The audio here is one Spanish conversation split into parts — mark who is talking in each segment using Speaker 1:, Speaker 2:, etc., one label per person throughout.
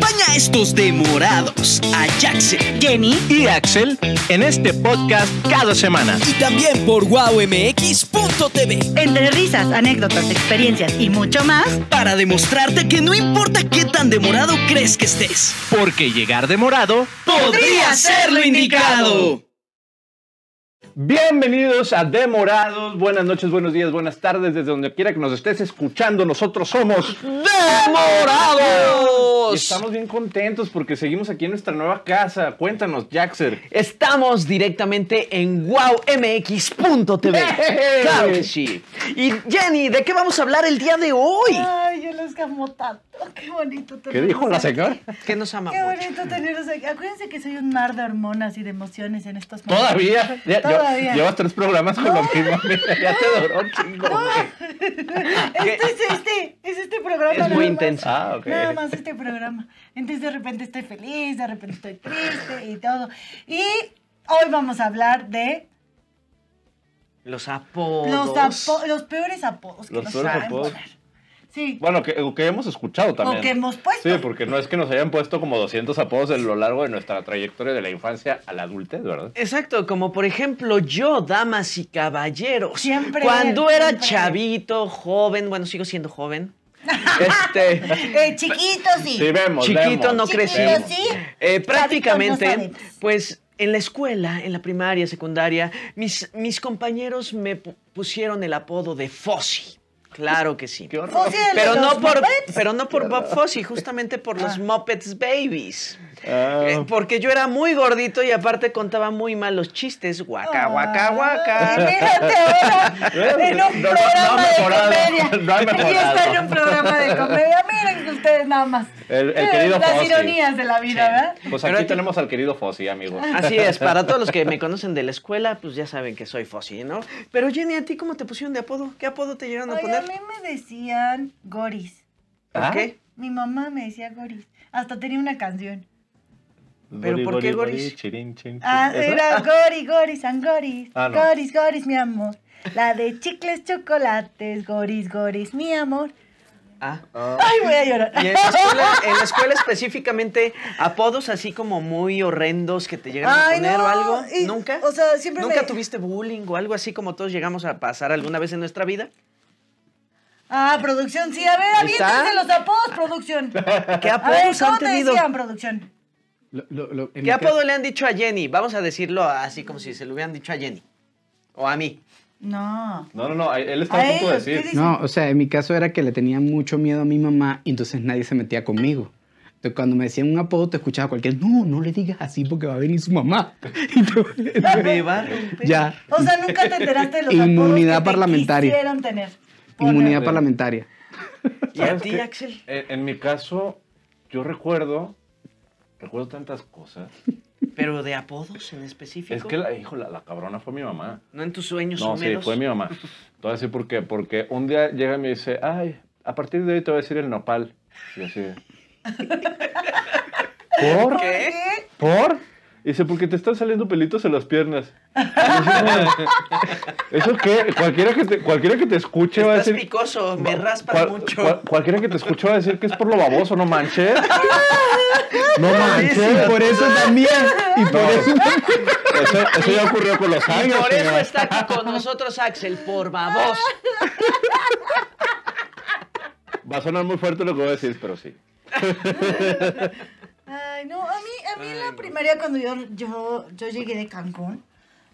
Speaker 1: Puntos Demorados a Jackson, Jenny
Speaker 2: y Axel en este podcast cada semana.
Speaker 1: y también por wowmx.tv
Speaker 3: Entre risas, anécdotas, experiencias y mucho más,
Speaker 1: para demostrarte que no importa qué tan demorado crees que estés,
Speaker 2: Porque llegar demorado.
Speaker 1: podría ser lo indicado.
Speaker 2: Bienvenidos a Demorados. Buenas noches, buenos días, buenas tardes. Desde donde quiera que nos estés escuchando, nosotros somos Demorados. Y estamos bien contentos porque seguimos aquí en nuestra nueva casa. Cuéntanos, Jaxer.
Speaker 4: Estamos directamente en wowmx.tv.
Speaker 2: ¡Hey!
Speaker 4: Claro que sí. Y Jenny, ¿de qué vamos a hablar el día de hoy?
Speaker 5: Ay, yo los amo tanto. Qué bonito tenerlos
Speaker 2: ¿Qué dijo la
Speaker 5: aquí.
Speaker 2: señora?
Speaker 4: Que nos ama
Speaker 5: Qué
Speaker 4: mucho.
Speaker 5: bonito tenerlos aquí. Acuérdense que soy un mar de hormonas y de emociones en estos momentos.
Speaker 2: Todavía. Ya- yo-
Speaker 5: Todavía.
Speaker 2: llevas tres programas con lo mismo. Mira, ya te duró un chingo. güey.
Speaker 5: Este es este, es este programa.
Speaker 4: Es
Speaker 5: nada
Speaker 4: muy
Speaker 5: más.
Speaker 4: intenso.
Speaker 2: Ah, ok.
Speaker 5: Nada más este programa. Entonces de repente estoy feliz, de repente estoy triste y todo. Y hoy vamos a hablar de
Speaker 4: Los apodos.
Speaker 5: los, apo- los peores apodos que
Speaker 2: Los
Speaker 5: nos
Speaker 2: peores
Speaker 5: saben
Speaker 2: apodos.
Speaker 5: poner. Sí.
Speaker 2: Bueno, que, o que hemos escuchado también.
Speaker 5: O que hemos puesto.
Speaker 2: Sí, porque no es que nos hayan puesto como 200 apodos a lo largo de nuestra trayectoria de la infancia a la adultez, ¿verdad?
Speaker 4: Exacto, como por ejemplo yo, damas y caballeros.
Speaker 5: Siempre
Speaker 4: Cuando
Speaker 5: él,
Speaker 4: era
Speaker 5: siempre él.
Speaker 4: chavito, joven, bueno, sigo siendo joven. Este.
Speaker 5: Eh, chiquitos sí.
Speaker 2: Sí, vemos.
Speaker 4: Chiquito
Speaker 2: vemos.
Speaker 4: no
Speaker 5: Chiquito,
Speaker 4: crecí.
Speaker 5: sí.
Speaker 4: Eh, prácticamente,
Speaker 5: sabemos.
Speaker 4: pues en la escuela, en la primaria, secundaria, mis, mis compañeros me pu- pusieron el apodo de Fossi. Claro que sí.
Speaker 2: Qué horror.
Speaker 5: Fósil de
Speaker 4: Pero
Speaker 5: los
Speaker 4: no, por,
Speaker 5: Muppets. Ah.
Speaker 4: pero no por Bob Fosse, justamente por los Muppets Babies.
Speaker 2: Ah.
Speaker 4: Eh, Porque yo era muy gordito y aparte contaba muy mal los chistes. Guaca, guaca, guaca.
Speaker 5: Mírate ahora en un
Speaker 2: No, no, no
Speaker 5: programa
Speaker 2: ha
Speaker 5: de comedia.
Speaker 2: mejorado, no ha
Speaker 5: Aquí está en
Speaker 2: mejorado.
Speaker 5: un programa de comedia. Miren ustedes nada más.
Speaker 2: El- el querido
Speaker 5: Eh, Las
Speaker 2: Fossi.
Speaker 5: ironías de la vida, ¿verdad?
Speaker 2: Pues
Speaker 4: Pero Ah,
Speaker 2: aquí
Speaker 4: ti-
Speaker 2: tenemos al querido Fossi, amigos.
Speaker 4: Así es, para todos los que me conocen de la escuela, pues ya saben que soy Fossi, ¿no? Pero Jenny, ¿a ti cómo te pusieron de apodo? ¿Qué apodo te llegaron a
Speaker 5: Oye, a
Speaker 4: poner?
Speaker 5: mí me decían Goris.
Speaker 4: ¿Por
Speaker 2: ¿Ah?
Speaker 4: qué?
Speaker 5: Mi mamá me decía Goris. Hasta tenía una canción.
Speaker 4: ¿Pero por qué Goris?
Speaker 2: chirin, chin, chin.
Speaker 5: Ah,
Speaker 2: ¿Esa?
Speaker 5: era Gori, Goris, and Goris.
Speaker 2: Ah, no.
Speaker 5: Goris, Goris, mi amor. La de chicles, chocolates, Goris, Goris, mi amor.
Speaker 4: Ah.
Speaker 5: Ay, voy a llorar.
Speaker 4: Y en la, escuela, en la escuela específicamente, apodos así como muy horrendos que te llegan a
Speaker 5: Ay,
Speaker 4: poner
Speaker 5: no,
Speaker 4: o algo.
Speaker 5: y-
Speaker 4: ¿Nunca?
Speaker 5: o sea, siempre
Speaker 4: ¿Nunca
Speaker 5: me-
Speaker 4: tuviste bullying o algo así como todos llegamos a pasar alguna vez en nuestra vida?
Speaker 5: Ah, producción, sí. A ver,
Speaker 4: Ahí está.
Speaker 5: aviéntense los apodos, producción.
Speaker 4: ¿Qué
Speaker 5: A ver,
Speaker 4: apodos
Speaker 5: ¿cómo
Speaker 4: han
Speaker 5: te
Speaker 4: tenido?
Speaker 5: decían, producción?
Speaker 6: Lo- lo- lo- en
Speaker 4: ¿Qué
Speaker 6: lo que-
Speaker 4: apodo le han dicho a Jenny? Vamos a decirlo así como si se lo hubieran dicho a Jenny. O a mí.
Speaker 5: No.
Speaker 2: No, no, no, él está a
Speaker 5: A
Speaker 2: punto de
Speaker 5: ellos, ¿qué
Speaker 2: decir.
Speaker 5: dicen?
Speaker 6: No, o sea, en mi caso era que le tenía mucho miedo a mi mamá y entonces nadie se metía conmigo. Entonces, cuando me decían un apodo, te escuchaba cualquier, no, no le digas así porque va a venir su mamá. Y tú-
Speaker 4: Me va a romper.
Speaker 6: ya,
Speaker 5: O sea, nunca te enteraste de los
Speaker 6: Inmunidad
Speaker 5: apodos que te
Speaker 6: parlamentaria.
Speaker 5: quisieron tener. Poner.
Speaker 6: inmunidad parlamentaria.
Speaker 4: ¿Y a
Speaker 2: ¿Sabes
Speaker 4: ti,
Speaker 2: qué? Eh,
Speaker 4: Axel?
Speaker 2: En, en mi caso, yo recuerdo, recuerdo tantas cosas.
Speaker 4: Pero de apodos en específico.
Speaker 2: Es que, la, hijo, la, la cabrona fue mi mamá.
Speaker 4: No en tus sueños
Speaker 2: No, sí,
Speaker 4: húmedos.
Speaker 2: fue mi mamá. Te voy a decir por qué. Porque un día llega y me dice, ay, a partir de hoy te voy a decir el nopal. Y yo así. de, ¿Por?
Speaker 4: ¿Qué?
Speaker 5: ¿Qué?
Speaker 2: ¿Por? Y dice, porque te están saliendo pelitos en las piernas. Y yo, ¿Eso qué? Cualquiera que te, cualquiera que te escuche va a
Speaker 4: Estás
Speaker 2: decir...
Speaker 4: picoso, me raspas
Speaker 2: cual-
Speaker 4: mucho.
Speaker 2: cual- cualquiera que te escuche va a decir que es por lo baboso, no manches. No
Speaker 6: Sí,
Speaker 2: manches.
Speaker 6: por eso también. Y por
Speaker 2: No.
Speaker 6: eso.
Speaker 2: Eso, eso ya ocurrió con los
Speaker 4: Y
Speaker 2: años.
Speaker 4: por eso
Speaker 2: señora.
Speaker 4: está aquí con nosotros Axel, por baboso.
Speaker 2: Va a sonar muy fuerte lo que voy a decir, pero sí.
Speaker 5: Ay, no, a mí, a mí en la primaria cuando yo, yo, yo llegué de Cancún,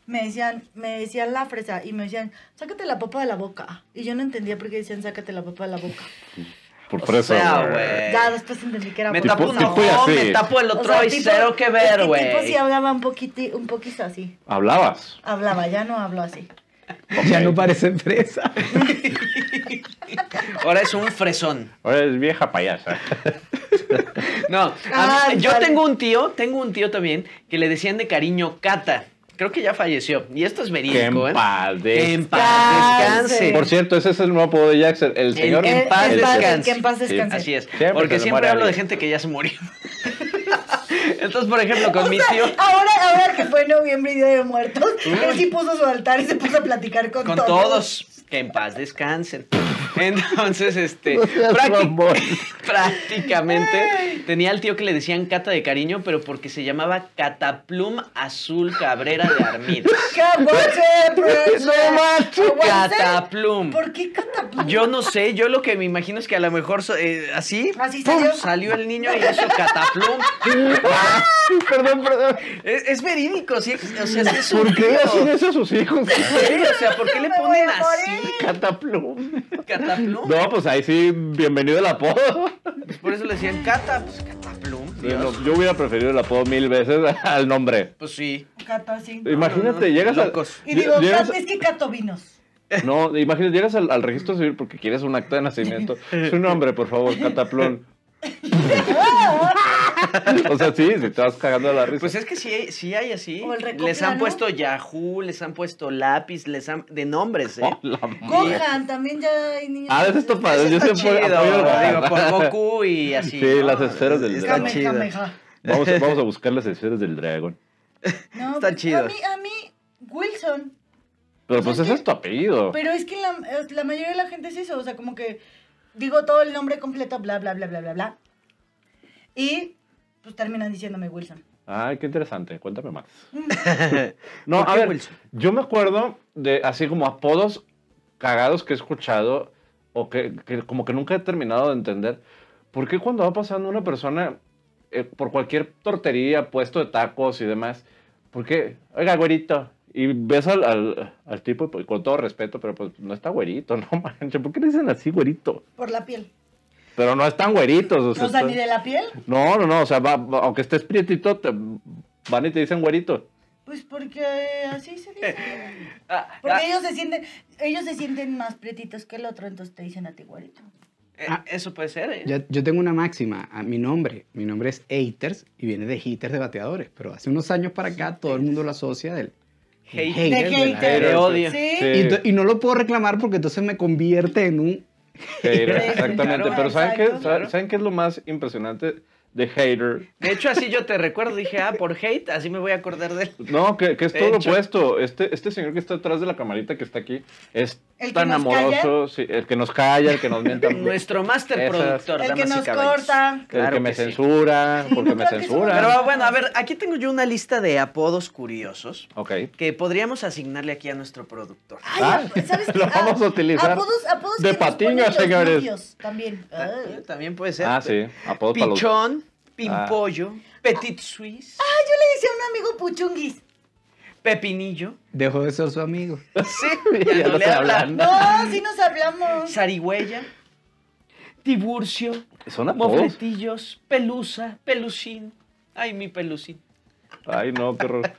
Speaker 5: me decían, me decían la fresa y me decían, sácate la papa de la boca. Y yo no entendía por qué decían, sácate la papa de la boca.
Speaker 2: Por
Speaker 4: O
Speaker 2: fresa.
Speaker 4: sea,
Speaker 2: güey.
Speaker 4: güey.
Speaker 5: Ya después entendí que era
Speaker 4: Me
Speaker 5: por
Speaker 4: tapo
Speaker 2: Tipo-
Speaker 4: un
Speaker 5: fresa.
Speaker 2: tipo y
Speaker 4: ojo,
Speaker 2: así.
Speaker 4: me tapo el
Speaker 5: O
Speaker 4: otro
Speaker 5: sea,
Speaker 4: y
Speaker 5: tipo-
Speaker 4: cero que
Speaker 5: es
Speaker 4: ver,
Speaker 5: Tipo
Speaker 4: güey.
Speaker 5: sí hablaba un poquito, un poquito así.
Speaker 2: Hablabas.
Speaker 5: Hablaba, ya no hablo así.
Speaker 6: Ya no parece fresa.
Speaker 4: Ahora es un fresón.
Speaker 2: Ahora es vieja payasa.
Speaker 4: No, a mí-
Speaker 5: Ah,
Speaker 4: yo
Speaker 5: vale.
Speaker 4: tengo un tío, tengo un tío también, que le decían de cariño Cata. Creo que ya falleció. Y esto es verídico,
Speaker 2: Que en
Speaker 4: ¿eh?
Speaker 2: paz descanse.
Speaker 4: Que en paz descanse.
Speaker 2: Por cierto, ese es el nuevo apodo de Jackson. El señor.
Speaker 4: que en paz
Speaker 2: el-
Speaker 5: El- el-
Speaker 4: descanse.
Speaker 5: Que Eh, en paz
Speaker 2: Sí,
Speaker 5: descanse.
Speaker 4: Así es.
Speaker 2: Siempre se
Speaker 4: Porque
Speaker 2: le
Speaker 4: siempre
Speaker 2: muere
Speaker 4: hablo de
Speaker 2: alguien.
Speaker 4: gente que ya se murió. Entonces, por ejemplo, con mi
Speaker 5: O sea,
Speaker 4: tío.
Speaker 5: Ahora, ahora que fue noviembre y día de muertos, él sí puso su altar y se puso a platicar con,
Speaker 4: con todos. Que en paz descansen. Entonces, este,
Speaker 2: No seas
Speaker 4: prácti-
Speaker 2: mamón.
Speaker 4: prácticamente tenía al tío que le decían Cata de cariño, pero porque se llamaba Cataplum Azul Cabrera de Armidas.
Speaker 5: ¡Qué boche,
Speaker 2: No manches.
Speaker 4: Cataplum.
Speaker 5: ¿Por qué cataplum?
Speaker 4: Yo no sé, yo lo que me imagino es que a lo mejor so- eh, así,
Speaker 5: Así
Speaker 4: ¡pum!
Speaker 5: salió.
Speaker 4: el niño y hizo Cataplum.
Speaker 2: Perdón, perdón.
Speaker 4: Es, es verídico, sí, o sea, sí es un
Speaker 2: ¿Por qué le
Speaker 4: tío.
Speaker 2: hacen eso a sus hijos?
Speaker 4: Sí, o sea, ¿por qué le
Speaker 5: Me voy
Speaker 4: ponen
Speaker 5: a
Speaker 4: así?
Speaker 2: Cataplum.
Speaker 4: Cataplum.
Speaker 2: No, pues ahí sí, bienvenido el apodo.
Speaker 4: Por eso le decían Cata, pues Cataplum. Dios.
Speaker 2: No, yo hubiera preferido el apodo mil veces al nombre.
Speaker 4: Pues sí.
Speaker 5: Cato así.
Speaker 2: Imagínate,
Speaker 4: No, no, no,
Speaker 2: llegas a-
Speaker 4: locos.
Speaker 5: Y digo,
Speaker 2: llegas-
Speaker 5: "Cat- es que cato vinos.
Speaker 2: No, imagínate, llegas al, al registro civil porque quieres un acta de nacimiento. Su nombre, por favor, Cataplón. o sea, sí, si te vas cagando a la risa.
Speaker 4: Pues es que sí, hay- sí hay así.
Speaker 5: O el recopla,
Speaker 4: Les han
Speaker 5: ¿no?
Speaker 4: puesto Yahoo, les han puesto lápiz, les han. de nombres, ¿eh?
Speaker 2: Oh, la madre.
Speaker 5: Cojan, también ya hay niños.
Speaker 2: Ah, eso está padre.
Speaker 4: Eso
Speaker 2: Yo
Speaker 4: está
Speaker 2: siempre
Speaker 4: chido,
Speaker 2: apoyo al-
Speaker 4: digo, por Goku y así.
Speaker 2: Sí, las esferas del
Speaker 4: Está
Speaker 2: dragón.
Speaker 5: Kame,
Speaker 4: chido.
Speaker 5: kame, ja.
Speaker 2: vamos, a- vamos a buscar las esferas del dragón.
Speaker 5: No,
Speaker 4: Está
Speaker 5: pues,
Speaker 4: chido.
Speaker 5: A mí, a mí, Wilson.
Speaker 2: Pero pues ese es tu apellido.
Speaker 5: Pero es que la, es- la mayoría de la gente es eso, o sea, como que digo todo el nombre completo, bla, bla, bla, bla, bla, bla. Y pues terminan diciéndome Wilson. "Mm,
Speaker 2: Ay, qué interesante. Cuéntame más. No,
Speaker 4: ¿Por
Speaker 2: a
Speaker 4: qué
Speaker 2: ver,
Speaker 4: Wilson?
Speaker 2: yo me acuerdo de así como apodos cagados que he escuchado o que, que como que nunca he terminado de entender. ¿Por qué cuando va pasando una persona eh, por cualquier tortería, puesto de tacos y demás, por qué, oiga, güerito, y ves al, al- al tipo pues, con todo respeto, pero pues no está güerito, no manches, ¿por qué le dicen así güerito?
Speaker 5: Por la piel.
Speaker 2: Pero no están güeritos, o sea,
Speaker 5: O sea,
Speaker 2: Pues está-
Speaker 5: ni de la piel,
Speaker 2: no, no, no, o sea, va- va- aunque estés prietito, te- van y te dicen güerito.
Speaker 5: pues porque así se dice.
Speaker 4: Ah,
Speaker 5: Porque
Speaker 4: ah,
Speaker 5: ellos se sienten, ellos se sienten más pretitos que el otro, entonces te dicen a ti güerito.
Speaker 4: eh, eso puede ser, ¿eh?
Speaker 6: Yo, yo tengo una máxima, a mi nombre, mi nombre es Haters y viene de haters de bateadores, pero hace unos años para acá todo el mundo lo asocia del
Speaker 4: Hate-
Speaker 6: hater,
Speaker 5: De
Speaker 6: del
Speaker 5: hater.
Speaker 4: Te odio.
Speaker 5: Sí.
Speaker 2: Sí.
Speaker 6: Y, ento- y no lo puedo reclamar porque entonces me convierte en un...
Speaker 2: Hater,
Speaker 5: Sí,
Speaker 2: exactamente.
Speaker 4: claro.
Speaker 2: Pero ¿saben qué,
Speaker 5: Exacto.
Speaker 2: ¿saben- ¿saben qué es lo más impresionante de hater?
Speaker 4: De hecho, así yo te recuerdo, dije, ah, por hate, así me voy a acordar de él.
Speaker 2: No, que, que es
Speaker 4: De
Speaker 2: todo lo
Speaker 4: hecho.
Speaker 2: opuesto. Este, este señor que está atrás de la camarita que está aquí es
Speaker 5: El que
Speaker 2: tan
Speaker 5: nos
Speaker 2: amoroso, sí, el que nos calla, el que nos mienta, el
Speaker 4: Nuestro máster
Speaker 2: Esas-
Speaker 4: productor,
Speaker 5: El que
Speaker 4: damas y
Speaker 5: nos
Speaker 4: caballeros.
Speaker 5: corta.
Speaker 4: Claro
Speaker 2: que me
Speaker 4: que sí.
Speaker 2: censura,
Speaker 5: Sí,
Speaker 2: porque
Speaker 5: no,
Speaker 2: me
Speaker 5: claro que somos-
Speaker 2: censura.
Speaker 4: Pero ah, bueno, a ver, aquí tengo yo una lista de apodos curiosos
Speaker 2: Ok.
Speaker 4: que podríamos asignarle aquí a nuestro productor.
Speaker 5: Ay,
Speaker 2: Ah,
Speaker 5: ap- ¿sabes qué?
Speaker 2: lo
Speaker 5: Ah,
Speaker 2: vamos a utilizar
Speaker 5: Apodos, apodos
Speaker 2: de
Speaker 5: que nos ponen
Speaker 2: patinga,
Speaker 5: los
Speaker 2: señores.
Speaker 5: novios También. Ah, Ay.
Speaker 4: También puede ser.
Speaker 2: Ah, sí. Apodos para los... Ah.
Speaker 4: Pichón, pimpollo, petit suisse,
Speaker 5: Ah, yo le decía a un amigo puchunguis.
Speaker 4: pepinillo.
Speaker 6: Dejó de ser su amigo.
Speaker 4: Sí,
Speaker 2: Ya no se hablan.
Speaker 5: No, sí nos hablamos.
Speaker 4: Zarigüeya, tiburcio,
Speaker 2: Son apodos.
Speaker 4: mofletillos, pelusa, pelucín. Ay, mi pelucín.
Speaker 2: Ay, no, qué horror.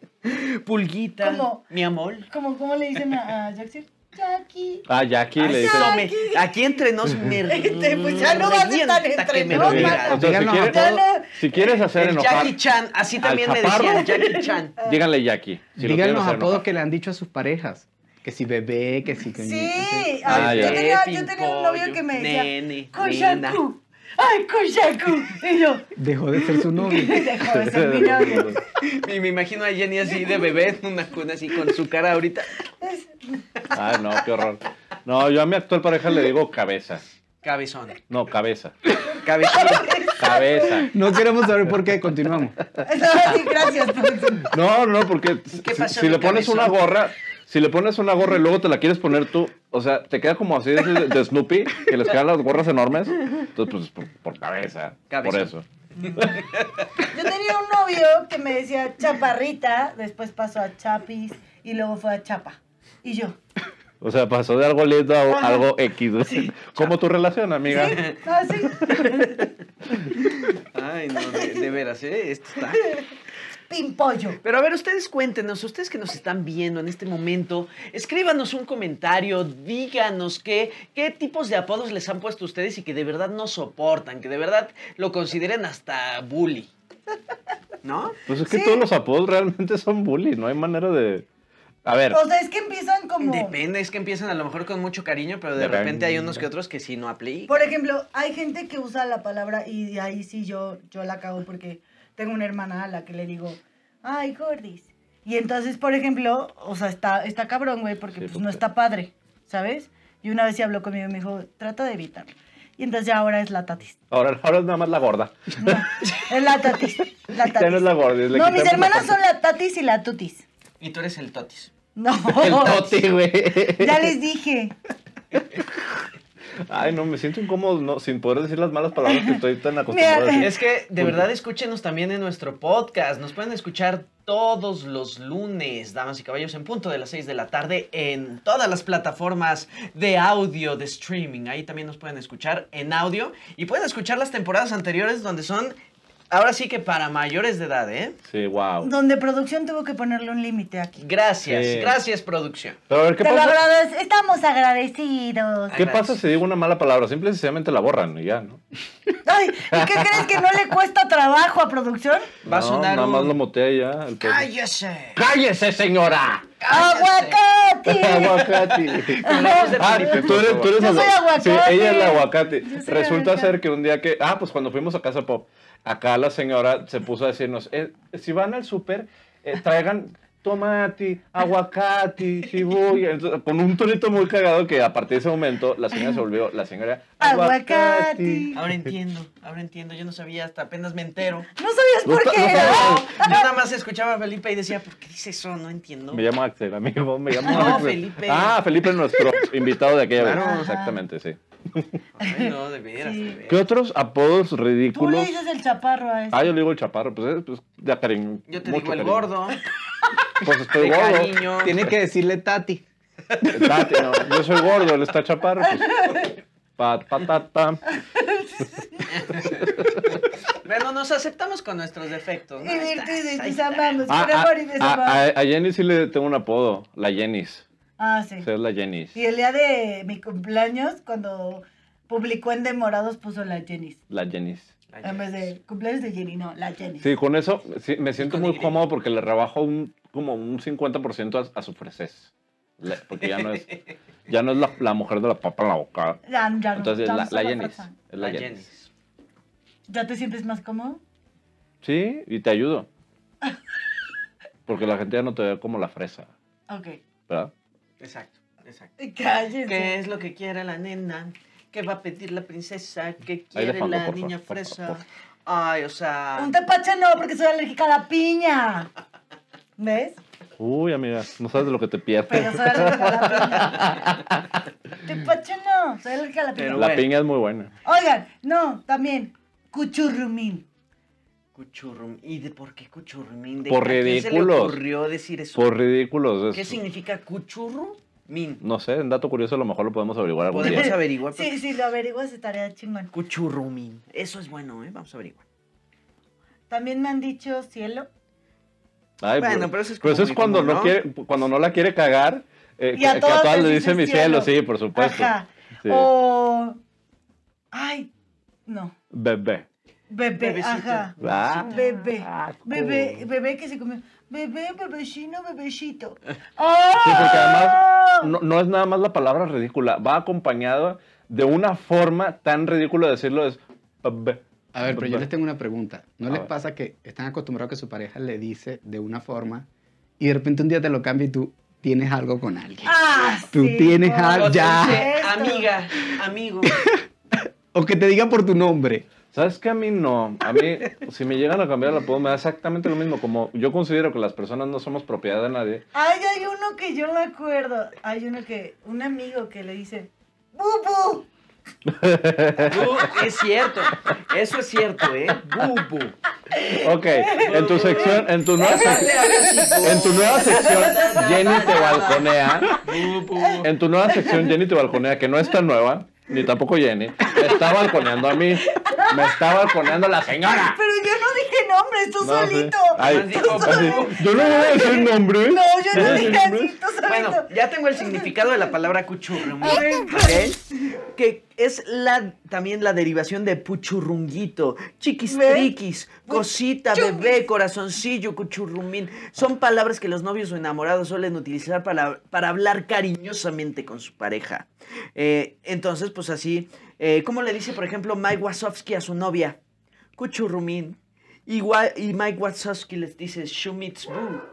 Speaker 4: Pulguita,
Speaker 5: ¿Cómo?
Speaker 4: mi amor.
Speaker 5: ¿Cómo, cómo le dicen a, a Jaxir? Jackie.
Speaker 2: Ah, Jackie
Speaker 4: Ay,
Speaker 2: le dicen...
Speaker 4: no, me- aquí entre nos me
Speaker 5: Este, pues ya no vas a estar
Speaker 4: revienta
Speaker 5: entre
Speaker 4: que me
Speaker 5: nos,
Speaker 2: Sí,
Speaker 4: muera.
Speaker 2: o sea, si,
Speaker 6: Díganos
Speaker 2: quieres-
Speaker 5: Ya no.
Speaker 2: si quieres hacer
Speaker 4: El
Speaker 2: enojar,
Speaker 4: Jackie Chan, así
Speaker 2: al
Speaker 4: también me
Speaker 2: chaparro.
Speaker 4: decían Jackie Chan.
Speaker 2: díganle Jackie. Si lo
Speaker 6: Digan
Speaker 2: quieren
Speaker 6: los
Speaker 2: hacer
Speaker 6: apodos
Speaker 2: enojar.
Speaker 6: que le han dicho a sus parejas. Que si bebé, que si... coño, entonces-
Speaker 5: Sí.
Speaker 2: Ah,
Speaker 5: ay,
Speaker 2: ya.
Speaker 5: yo, tenía, yo
Speaker 4: Pimpollo,
Speaker 5: tenía un novio que me
Speaker 4: nene,
Speaker 5: decía,
Speaker 4: nena".
Speaker 5: Koyaku. Ay, Koyaku. Y yo,
Speaker 6: Dejó de ser su novio.
Speaker 5: dejó de ser mi novio.
Speaker 4: Y me imagino a Jenny así de bebé en una cuna así con su cara ahorita.
Speaker 2: Ah, no, qué horror. No, yo a mi actual pareja le digo cabeza.
Speaker 4: Cabezón.
Speaker 2: No, cabeza.
Speaker 4: Cabecilla.
Speaker 2: Cabeza.
Speaker 6: No queremos saber por qué, continuamos.
Speaker 5: No, sí, gracias. productor.
Speaker 2: No, no, porque
Speaker 4: ¿Qué
Speaker 2: si,
Speaker 4: pasó,
Speaker 2: si
Speaker 4: mi
Speaker 2: le pones
Speaker 4: cabezón?
Speaker 2: una gorra, si le pones una gorra y luego te la quieres poner tú, o sea, te queda como así de, de Snoopy, que les quedan las gorras enormes. Entonces, pues, por, por cabeza.
Speaker 4: Cabezón.
Speaker 2: Por eso.
Speaker 5: Yo tenía un novio que me decía Chaparrita, después pasó a Chapis y luego fue a Chapa. Y yo,
Speaker 2: O sea, pasó de algo lindo a algo X. Como tu relación, amiga.
Speaker 5: ¿sí? Ah, sí.
Speaker 4: Ay, no, de, de veras, ¿eh? Esto está.
Speaker 5: Pimpollo.
Speaker 4: Pero a ver, ustedes cuéntenos, ustedes que nos están viendo en este momento, escríbanos un comentario, díganos qué, qué tipos de apodos les han puesto ustedes y que de verdad no soportan, que de verdad lo consideren hasta bully. ¿No?
Speaker 2: Pues es que
Speaker 5: Sí.
Speaker 2: todos los apodos realmente son bullying. No hay manera de. A ver.
Speaker 5: O sea, es que empiezan como...
Speaker 4: Depende, es que empiezan a lo mejor con mucho cariño, pero de
Speaker 2: Depende.
Speaker 4: repente hay unos que otros que sí no aplican.
Speaker 5: Por ejemplo, hay gente que usa la palabra y ahí sí yo, yo la cago porque tengo una hermana a la que le digo, ay, gordis. Y entonces, por ejemplo, o sea, está, está cabrón, güey, porque
Speaker 2: Sí,
Speaker 5: pues,
Speaker 2: porque-
Speaker 5: no está padre, ¿sabes? Y una vez sí habló conmigo y me dijo, trata de evitarlo. Y entonces ya ahora es la tatis.
Speaker 2: Ahora, ahora es nada más la gorda.
Speaker 5: No, es la tatis. La tatis.
Speaker 2: Ya no es la gorda. le
Speaker 5: No, mis
Speaker 2: quitamos la
Speaker 5: hermanas
Speaker 2: gorda.
Speaker 5: son la tatis y la tutis.
Speaker 4: Y tú eres el totis.
Speaker 5: No.
Speaker 2: El toti, güey.
Speaker 5: Ya les dije.
Speaker 2: Ay, no, me siento incómodo no, sin poder decir las malas palabras que estoy tan acostumbrado a
Speaker 5: Mira,
Speaker 2: decir.
Speaker 4: Es que de verdad escúchenos también en nuestro podcast. Nos pueden escuchar todos los lunes, damas y caballos, en punto de las 6 de la tarde en todas las plataformas de audio, de streaming. Ahí también nos pueden escuchar en audio y pueden escuchar las temporadas anteriores donde son ahora sí que para mayores de edad, ¿eh?
Speaker 2: Sí, wow.
Speaker 5: Donde producción tuvo que ponerle un límite aquí.
Speaker 4: Gracias,
Speaker 2: Sí.
Speaker 4: gracias producción.
Speaker 2: Pero a ver, ¿qué
Speaker 5: Te lo
Speaker 2: pasa?
Speaker 5: agradez- Estamos agradecidos.
Speaker 2: ¿Qué pasa si digo una mala palabra? Simple y sencillamente la borran y ya, ¿no?
Speaker 5: Ay, ¿y qué crees que no le cuesta trabajo a producción?
Speaker 4: Va a
Speaker 2: No,
Speaker 4: sonar
Speaker 2: Nada más
Speaker 4: un-
Speaker 2: lo motea y ya. el pobre.
Speaker 4: ¡Cállese!
Speaker 2: ¡Cállese, señora!
Speaker 5: ¡Aguacate!
Speaker 2: aguacate.
Speaker 4: Hablemos de
Speaker 2: Ah,
Speaker 4: películas.
Speaker 2: tú eres, tú eres
Speaker 5: Yo soy aguacate.
Speaker 2: Sí, ella es el aguacate.
Speaker 5: Yo soy
Speaker 2: Resulta
Speaker 5: aguacate.
Speaker 2: ser que un día que. Ah, pues cuando fuimos a Casa Pop, acá la señora se puso a decirnos: eh, si van al súper, eh, traigan tomate, aguacate, cebolla. Entonces, con un tonito muy cagado que a partir de ese momento la señora se volvió la señora
Speaker 5: Aguacate.
Speaker 2: aguacate.
Speaker 4: Ahora entiendo, ahora entiendo. Yo no sabía, hasta apenas me entero.
Speaker 5: No sabías
Speaker 2: No
Speaker 5: por
Speaker 2: sa-
Speaker 5: qué
Speaker 2: no
Speaker 5: era.
Speaker 2: sabía.
Speaker 4: Yo nada más escuchaba a Felipe y decía, ¿por qué dice eso? No entiendo.
Speaker 2: Me llamo Axel, amigo. Me llamo
Speaker 4: No,
Speaker 2: Axel.
Speaker 4: Felipe.
Speaker 2: Ah, Felipe, nuestro invitado de aquella vez.
Speaker 4: Claro.
Speaker 2: Exactamente, sí.
Speaker 4: Ay, no, de veras, de veras.
Speaker 2: ¿Qué otros apodos
Speaker 5: Tú le
Speaker 2: ridículos?
Speaker 5: dices el chaparro a este. eso.
Speaker 2: Ah, yo le digo el chaparro, pues, eh, pues ya cariño.
Speaker 4: Yo te
Speaker 2: mucho
Speaker 4: digo el
Speaker 2: cariño.
Speaker 4: gordo,
Speaker 2: Pues estoy
Speaker 4: de
Speaker 2: gordo.
Speaker 4: cariño.
Speaker 6: Tiene que decirle Tati.
Speaker 2: Tati, no, yo soy gordo, él está chaparro. Pues. Pa, pa, ta, ta.
Speaker 4: Bueno, nos aceptamos con nuestros defectos. ¿no?
Speaker 5: Y
Speaker 4: Ahí está,
Speaker 5: Virtud y
Speaker 4: ahí
Speaker 5: tus
Speaker 4: está.
Speaker 5: amamos,
Speaker 2: Ah,
Speaker 5: por
Speaker 2: ah,
Speaker 5: amor y desamor.
Speaker 2: a, a- a Jenny sí le tengo un apodo, la Jennys.
Speaker 5: Ah, sí.
Speaker 2: O sea, es la Jennys.
Speaker 5: Y el día de mi cumpleaños, cuando publicó en Demorados, puso la Jenny.
Speaker 2: La Jennys.
Speaker 4: Ay,
Speaker 5: En vez de cumpleaños de Jenny, no, la Jenny.
Speaker 2: Sí, con eso sí, me siento
Speaker 4: con
Speaker 2: muy
Speaker 4: Y.
Speaker 2: cómodo porque le rebajo un, como un 50% a, a su fresés. Le- Porque ya no es, ya no es la, la mujer de la papa en la boca.
Speaker 5: Ya, ya no,
Speaker 2: Entonces,
Speaker 5: ya no
Speaker 2: la,
Speaker 5: soy
Speaker 2: la Jennys.
Speaker 5: fresa.
Speaker 2: Es la
Speaker 4: la
Speaker 2: Jennys.
Speaker 4: Jennys.
Speaker 5: ¿Ya te sientes más cómodo?
Speaker 2: Sí, y te ayudo. Porque la gente ya no te ve como la fresa,
Speaker 5: Ok.
Speaker 2: ¿verdad?
Speaker 4: Exacto, exacto.
Speaker 5: Cállense.
Speaker 4: ¿Qué es lo que quiere la nena? ¿Qué va a pedir la princesa? ¿Qué
Speaker 2: Ahí de
Speaker 4: quiere
Speaker 2: fondo,
Speaker 4: la
Speaker 2: por
Speaker 4: niña
Speaker 2: favor, por
Speaker 4: fresa?
Speaker 2: favor.
Speaker 4: Ay, o sea...
Speaker 5: Un tepache no, porque soy alérgica a la piña. ¿Ves?
Speaker 2: Uy, amiga, no sabes de lo que te pierdes.
Speaker 5: Pero soy alérgica a la piña. Tepache no, soy alérgica a la piña.
Speaker 4: Pero-
Speaker 2: la
Speaker 4: bueno.
Speaker 2: piña es muy buena.
Speaker 5: Oigan, no, también, cuchurrumín.
Speaker 4: Cuchurrum. ¿Y de por qué cuchurrumín? ¿De
Speaker 2: Por
Speaker 4: a quién se le
Speaker 2: ridículos.
Speaker 4: ocurrió decir eso?
Speaker 2: Por ridículos.
Speaker 4: ¿Qué
Speaker 2: Es,
Speaker 4: significa cuchurrumín?
Speaker 2: pues, no sé, un dato curioso a lo mejor lo podemos averiguar algún
Speaker 4: Podemos
Speaker 2: día.
Speaker 4: averiguar. pero-
Speaker 5: Sí, sí, lo averiguas, estaría chingón.
Speaker 4: Cuchurrumín. Eso es bueno, ¿eh? Vamos a averiguar.
Speaker 5: También me han dicho cielo.
Speaker 2: Ay,
Speaker 4: Bueno, pero eso es
Speaker 2: pero
Speaker 4: como muy
Speaker 2: cuando,
Speaker 4: común,
Speaker 2: no
Speaker 4: ¿no?
Speaker 2: quiere, cuando no la quiere cagar, eh,
Speaker 5: Y
Speaker 2: que,
Speaker 5: a
Speaker 2: que
Speaker 5: todos
Speaker 2: todas
Speaker 5: les
Speaker 2: le
Speaker 5: dices
Speaker 2: dicen mi
Speaker 5: cielo.
Speaker 2: cielo, sí, por supuesto.
Speaker 5: Ajá.
Speaker 2: Sí.
Speaker 4: Oh.
Speaker 5: O. Ay, no.
Speaker 2: Bebé.
Speaker 5: Bebé,
Speaker 4: Bebecito.
Speaker 5: ajá.
Speaker 2: Ah,
Speaker 5: Bebé.
Speaker 2: asco.
Speaker 5: Bebé, bebé que se comió. Bebé, bebecino, bebecito.
Speaker 2: Sí, porque
Speaker 5: ¡Ah!
Speaker 2: además no, no es nada más la palabra ridícula, va acompañado de una forma tan ridícula de decirlo es bebé.
Speaker 6: A ver, pero yo
Speaker 2: Bebé.
Speaker 6: les tengo una pregunta. ¿No
Speaker 2: A
Speaker 6: les
Speaker 2: ver.
Speaker 6: pasa que están acostumbrados a que su pareja le dice de una forma y de repente un día te lo cambia y tú tienes algo con alguien?
Speaker 5: Ah,
Speaker 6: Tú tienes
Speaker 5: por
Speaker 6: algo, ya.
Speaker 5: supuesto.
Speaker 4: Amiga, amigo.
Speaker 6: O que te diga por tu nombre.
Speaker 2: ¿Sabes qué? A mí no. A mí, si me llegan a cambiar el apodo, me da exactamente lo mismo. Como yo considero que las personas no somos propiedad de nadie.
Speaker 5: Ay, hay uno que yo me acuerdo. Hay uno que, un amigo que le dice, ¡Bubu!
Speaker 4: Bu, es cierto. Eso es cierto, ¿eh? Bubu.
Speaker 2: Ok, en tu sección, en tu nueva sección, en tu nueva sección, Jenny te balconea.
Speaker 4: Bubu.
Speaker 2: En tu nueva sección, Jenny te balconea, que no es tan nueva, ni tampoco Jenny. Me está balconeando a mí. Me está balconeando la señora.
Speaker 5: Pero yo no dije nombres, tú
Speaker 2: No, sí. Ah.
Speaker 5: solito.
Speaker 2: Ay,
Speaker 5: Tú
Speaker 4: dijo,
Speaker 5: solo-
Speaker 2: así, Yo no voy a decir nombres.
Speaker 5: No, yo no dije así, tú solito.
Speaker 4: Bueno, ya tengo el significado de la palabra cuchurrumín. ¿ok? Que es la, también la derivación de puchurrunguito, chiquis
Speaker 5: ¿Ves?
Speaker 4: triquis, cosita,
Speaker 5: Puchurrunguis.
Speaker 4: bebé, corazoncillo, cuchurrumín. Son palabras que los novios o enamorados suelen utilizar para, para hablar cariñosamente con su pareja. Eh, entonces, pues así, eh, ¿cómo le dice, por ejemplo, Mike Wazowski a su novia? Cuchurrumín. Y, Wa- y Mike Wazowski les dice, Shumitz Boo.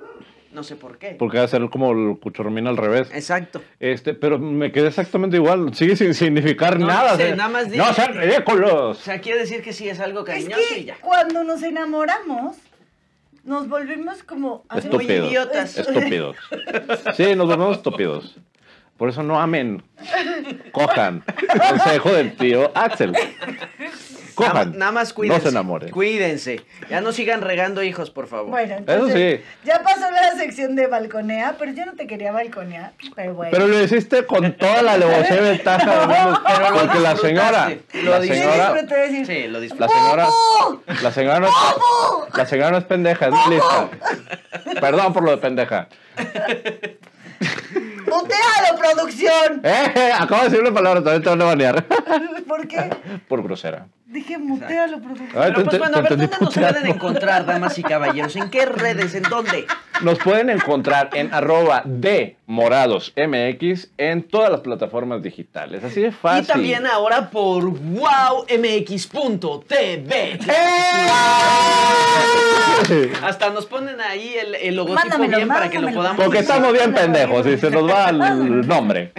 Speaker 4: No sé por qué.
Speaker 2: Porque va a ser como el cuchormín al revés.
Speaker 4: Exacto.
Speaker 2: Este, pero me quedé exactamente igual. Sigue sin significar
Speaker 4: No
Speaker 2: nada.
Speaker 4: dice,
Speaker 2: o sea,
Speaker 4: nada más
Speaker 2: no
Speaker 4: dice-
Speaker 2: sean
Speaker 4: O
Speaker 2: ridículos.
Speaker 4: sea, quiere decir que sí es algo
Speaker 5: Es
Speaker 4: cariñoso y
Speaker 5: que
Speaker 4: ya.
Speaker 5: cuando nos enamoramos, nos volvimos como... a-
Speaker 4: Muy
Speaker 2: Estúpido.
Speaker 4: idiotas.
Speaker 2: Estúpidos. Sí, nos volvemos estúpidos. Por eso no amen. Cojan. Consejo del tío Axel.
Speaker 4: Nada,
Speaker 2: Cojan.
Speaker 4: nada más cuídense.
Speaker 2: No se enamoren.
Speaker 4: Cuídense. Ya no sigan regando hijos, por favor.
Speaker 5: Bueno, entonces,
Speaker 2: Eso
Speaker 5: ya pasó la sección de balconea, pero yo no te quería balconear, pero bueno.
Speaker 2: Pero lo hiciste con toda la alevosía y ventaja del mundo.
Speaker 4: Pero lo
Speaker 2: Porque la señora,
Speaker 4: disfrutaste. Lo
Speaker 2: la
Speaker 5: Sí,
Speaker 2: señora,
Speaker 5: disfruté decir,
Speaker 4: Sí, lo disfruté.
Speaker 2: la señora, la señora no es, la señora no es pendeja, es lista. Perdón por lo de pendeja.
Speaker 5: ¡Mutealo, producción!
Speaker 2: Eh, eh, acabo de decir una palabra, todavía te van a banear.
Speaker 5: ¿Por qué?
Speaker 2: Por grosera.
Speaker 5: Dije, mutealo, producción.
Speaker 2: Ay,
Speaker 4: Pero
Speaker 2: te-
Speaker 4: pues bueno, a
Speaker 2: te
Speaker 4: ver,
Speaker 2: entendí
Speaker 4: ¿dónde nos
Speaker 2: puteado.
Speaker 4: pueden encontrar, damas y caballeros? ¿En qué redes? ¿En dónde?
Speaker 2: Nos pueden encontrar en arroba de morados MX en todas las plataformas digitales. Así de fácil.
Speaker 4: Y también ahora por wowmx.tv.
Speaker 2: ¡Eh!
Speaker 4: Hasta nos ponen ahí el, el logotipo
Speaker 5: Mándamelo,
Speaker 4: bien para que lo
Speaker 5: mándamelo.
Speaker 4: podamos.
Speaker 2: Porque estamos bien pendejos y se nos va el nombre.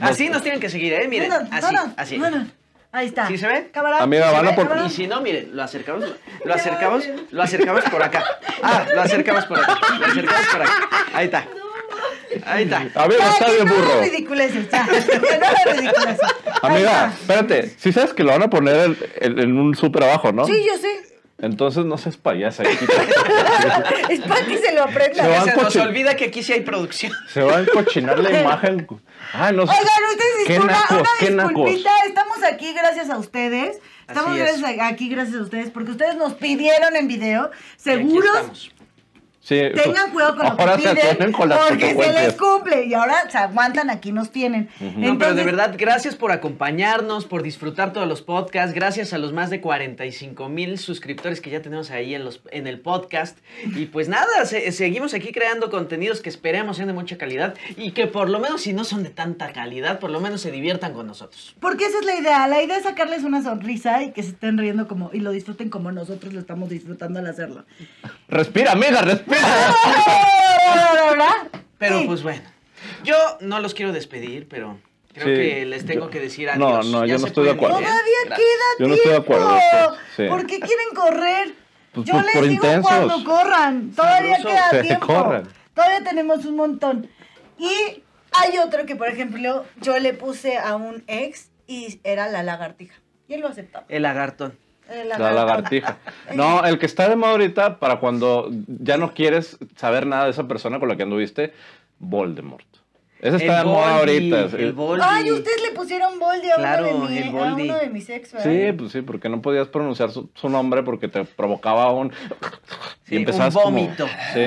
Speaker 4: Así nos tienen que seguir, ¿eh? Miren,
Speaker 5: Bueno,
Speaker 4: así,
Speaker 5: bueno,
Speaker 4: así.
Speaker 5: bueno. Ahí está.
Speaker 4: ¿Sí se ve?
Speaker 5: Cámara.
Speaker 2: Amiga,
Speaker 5: ¿se
Speaker 2: van a
Speaker 5: ve?
Speaker 2: por-
Speaker 5: Cámara.
Speaker 4: Y si no, miren, lo acercamos, lo acercamos, lo acercamos por acá. Ah, lo acercamos por acá. Lo acercamos por acá. Ahí está. Ahí está.
Speaker 2: A ver,
Speaker 5: Ya,
Speaker 2: está
Speaker 5: que
Speaker 2: bien
Speaker 5: no hagas
Speaker 2: burro.
Speaker 5: ridiculeces, ya. Que no hagas ridiculeces.
Speaker 2: Amiga, espérate. Si sabes que lo van a poner en, en- en un súper abajo, ¿no?
Speaker 5: Sí, yo sé.
Speaker 2: Entonces no seas payasa. hijita.
Speaker 5: Es para que se lo aprenda.
Speaker 2: Se va.
Speaker 4: Se nos
Speaker 2: coche-
Speaker 4: olvida que aquí sí hay producción.
Speaker 2: Se va a encochinar la imagen. Ah, no sé.
Speaker 5: Oigan, ustedes
Speaker 2: Qué
Speaker 5: disculpa,
Speaker 2: nacos, qué
Speaker 5: una
Speaker 2: nacos.
Speaker 5: disculpita, estamos aquí gracias a ustedes. Estamos
Speaker 4: Así es.
Speaker 5: gracias a- aquí gracias a ustedes porque ustedes nos pidieron en video.
Speaker 4: Y aquí
Speaker 5: Seguros,
Speaker 4: estamos.
Speaker 2: Sí, pues,
Speaker 5: tengan cuidado con lo
Speaker 2: ahora
Speaker 5: que
Speaker 2: se
Speaker 5: piden
Speaker 2: atienden con las
Speaker 5: porque se les
Speaker 2: consecuencias.
Speaker 5: cumple y ahora se aguantan, aquí nos tienen.
Speaker 4: No, pero de
Speaker 5: Entonces,
Speaker 4: verdad, gracias por acompañarnos, por disfrutar todos los podcasts, gracias a los más de 45 mil suscriptores que ya tenemos ahí en, los, en el podcast. Y pues nada, se- seguimos aquí creando contenidos que esperemos sean de mucha calidad y que por lo menos si no son de tanta calidad, por lo menos se diviertan con nosotros.
Speaker 5: Porque esa es la idea, la idea es sacarles una sonrisa y que se estén riendo como y lo disfruten como nosotros lo estamos disfrutando al hacerlo.
Speaker 2: Respira, amiga, respira.
Speaker 5: ¿Verdad?
Speaker 4: Pero
Speaker 5: Sí.
Speaker 4: pues bueno, yo no los quiero despedir, pero creo
Speaker 2: Sí,
Speaker 4: que les tengo
Speaker 2: yo-
Speaker 4: que decir
Speaker 2: no,
Speaker 4: adiós.
Speaker 2: no,
Speaker 4: Ya
Speaker 2: yo no
Speaker 4: se
Speaker 2: estoy de
Speaker 4: pueden ir,
Speaker 2: acuerdo.
Speaker 4: ¿eh?
Speaker 5: Todavía
Speaker 4: Gracias.
Speaker 5: queda
Speaker 2: Yo no estoy de
Speaker 5: tiempo.
Speaker 2: acuerdo, este, sí, sí.
Speaker 5: ¿Por qué quieren correr?
Speaker 2: Pues,
Speaker 5: Yo
Speaker 2: pues,
Speaker 5: les
Speaker 2: por
Speaker 5: digo
Speaker 2: intensos.
Speaker 5: cuando corran. Todavía
Speaker 4: Sabroso.
Speaker 5: queda
Speaker 2: Que
Speaker 5: tiempo.
Speaker 2: corran.
Speaker 5: Todavía tenemos un montón. Y hay otro que, por ejemplo, yo le puse a un ex y era la lagartija. Y él lo Eh, aceptaba.
Speaker 4: El lagartón.
Speaker 5: El
Speaker 2: La lagartija. No, el que está de moda ahorita para cuando ya no quieres saber nada de esa persona con la que anduviste, Voldemort. Ese está de
Speaker 4: El
Speaker 2: moda
Speaker 4: Boldi,
Speaker 2: ahorita.
Speaker 4: El Boldi.
Speaker 5: Ay, ustedes le pusieron Boldi a,
Speaker 4: Claro,
Speaker 5: uno, de
Speaker 4: el
Speaker 5: mi, a
Speaker 4: Boldi.
Speaker 5: uno de mis ex, ¿verdad?
Speaker 2: Sí, pues sí, porque no podías pronunciar su, su nombre porque te provocaba un...
Speaker 4: Sí,
Speaker 2: y
Speaker 4: un
Speaker 2: empezabas como-
Speaker 4: vómito.
Speaker 2: sí.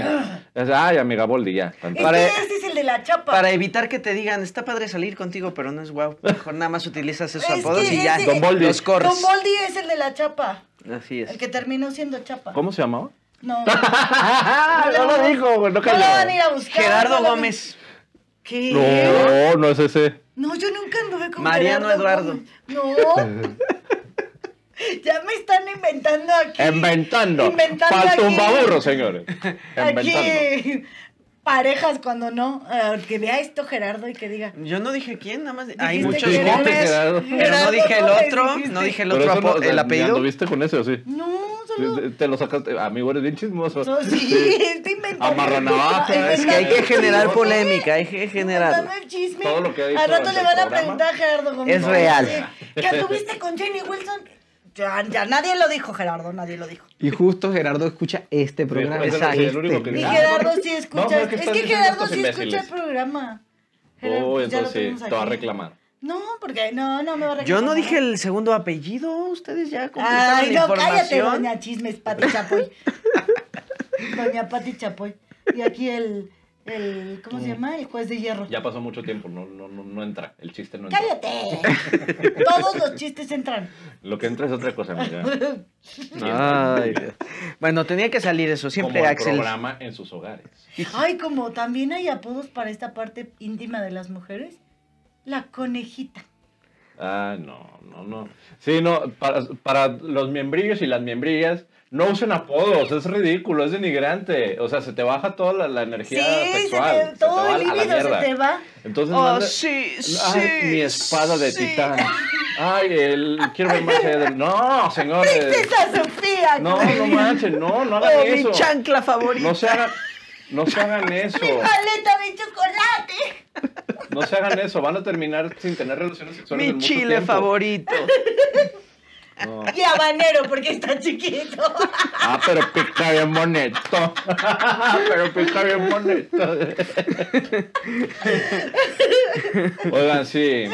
Speaker 2: Es- Ay, amiga Boldi, ya.
Speaker 5: Es
Speaker 2: tantito.
Speaker 4: Para-
Speaker 5: que este es el de la chapa.
Speaker 4: Para evitar que te digan, está padre salir contigo, pero no es guau. Mejor nada más utilizas esos
Speaker 5: Es que
Speaker 4: apodos y ya
Speaker 5: ese-
Speaker 2: Don Boldi.
Speaker 4: los corres.
Speaker 5: Don Boldi es el de la chapa.
Speaker 4: Así es.
Speaker 5: El que terminó siendo chapa.
Speaker 2: ¿Cómo se llamaba?
Speaker 5: No.
Speaker 2: no lo dijo, güey, no
Speaker 5: No lo van a ir
Speaker 2: cayó.
Speaker 5: a buscar.
Speaker 4: Gerardo
Speaker 5: no lo-
Speaker 4: Gómez.
Speaker 5: ¿Qué?
Speaker 2: No, no es ese.
Speaker 5: No, yo nunca anduve con
Speaker 4: Mariano
Speaker 5: Gerardo Gómez. No. ya me están inventando aquí.
Speaker 2: Inventando.
Speaker 5: Inventando
Speaker 2: Falta un
Speaker 5: aquí.
Speaker 2: baburro, señores. Inventando.
Speaker 5: Aquí. Parejas cuando no. eh, que vea esto Gerardo y que diga.
Speaker 4: Yo no dije quién, nada más. Hay
Speaker 5: Dijiste
Speaker 4: muchos
Speaker 5: Gerardo.
Speaker 4: Gómez.
Speaker 2: Gerardo.
Speaker 4: Pero no dije el
Speaker 5: Gómez,
Speaker 4: otro.
Speaker 5: dijiste.
Speaker 4: No dije el
Speaker 2: Pero
Speaker 4: otro
Speaker 2: eso no- eh,
Speaker 4: apo- el
Speaker 2: ¿ya
Speaker 4: apellido.
Speaker 2: anduviste con ese o sí?
Speaker 5: No, solo.
Speaker 2: Te- Te lo sacaste. Amigo, eres bien chismoso.
Speaker 5: No, sí, está inventando.
Speaker 2: Amarranavajas.
Speaker 4: Es que hay que generar polémica, hay que
Speaker 5: Inventando
Speaker 4: generar.
Speaker 5: el chisme.
Speaker 2: Todo lo que ha dicho
Speaker 5: Al rato le
Speaker 2: durante el
Speaker 5: van a
Speaker 2: programa.
Speaker 5: preguntar a Gerardo Gómez.
Speaker 4: Es real.
Speaker 5: ¿Qué anduviste con Jenny Wilson? Ya, ya nadie lo dijo, Gerardo, nadie lo dijo.
Speaker 6: Y justo Gerardo escucha este programa.
Speaker 2: ese es el
Speaker 6: Este.
Speaker 2: único que
Speaker 5: Y
Speaker 2: Ah,
Speaker 5: Gerardo sí
Speaker 2: No, pero
Speaker 5: escucha.
Speaker 2: es que
Speaker 5: es
Speaker 2: están
Speaker 5: que
Speaker 2: diciendo
Speaker 5: Gerardo
Speaker 2: estos
Speaker 5: sí escucha el
Speaker 2: imbéciles.
Speaker 5: programa. Gerardo,
Speaker 2: Oh,
Speaker 5: pues ya lo
Speaker 2: entonces
Speaker 5: tenemos
Speaker 2: sí, te va a
Speaker 5: aquí.
Speaker 2: reclamar.
Speaker 5: No, porque no, no me va a reclamar.
Speaker 4: Yo no dije el segundo apellido. Ustedes ya completaron
Speaker 5: Ay,
Speaker 4: la
Speaker 5: no, cállate,
Speaker 4: información.
Speaker 5: doña Chismes, Pati Chapoy. doña Pati Chapoy. Y aquí el, el ¿cómo se llama? El juez de hierro.
Speaker 2: Ya pasó mucho tiempo, no, no, no, no entra. El chiste no entra.
Speaker 5: ¡Cállate! Todos los chistes entran.
Speaker 2: Lo que entra es otra cosa, amiga.
Speaker 4: Ay, Dios. Bueno, tenía que salir eso. Ah. Siempre
Speaker 2: Como el
Speaker 4: Axel.
Speaker 2: programa en sus hogares.
Speaker 5: Ay, como también hay apodos para esta parte íntima de las mujeres. La conejita.
Speaker 2: Ah, no, no, no. Sí, no, para, para los miembrillos y las miembrillas, no usen apodos, es ridículo, es denigrante. O sea, se te baja toda la, la energía
Speaker 5: Sí, se
Speaker 2: sexual.
Speaker 5: te, todo
Speaker 2: va
Speaker 5: el
Speaker 2: a la
Speaker 5: líbido se
Speaker 2: mierda.
Speaker 5: te va.
Speaker 2: Entonces,
Speaker 4: Oh,
Speaker 2: manda-
Speaker 4: sí, sí.
Speaker 2: Ay, mi espada de
Speaker 4: sí.
Speaker 2: titán. Ay, el quiero ver más allá del- No, señores.
Speaker 5: Princesa Sofía.
Speaker 2: No,
Speaker 5: como
Speaker 2: no
Speaker 5: diría.
Speaker 2: manchen, no, no hagan
Speaker 4: Oh, mi
Speaker 2: eso.
Speaker 4: chancla favorita.
Speaker 2: No se hagan, no se hagan eso.
Speaker 5: Mi paleta de chocolate.
Speaker 2: No se hagan eso. Van a terminar sin tener relaciones sexuales. en
Speaker 4: mi
Speaker 2: mucho
Speaker 4: chile
Speaker 2: tiempo.
Speaker 4: favorito.
Speaker 2: No.
Speaker 5: Y habanero porque está chiquito.
Speaker 2: Ah, pero pica bien bonito. pero pica bien bonito. Oigan, sí.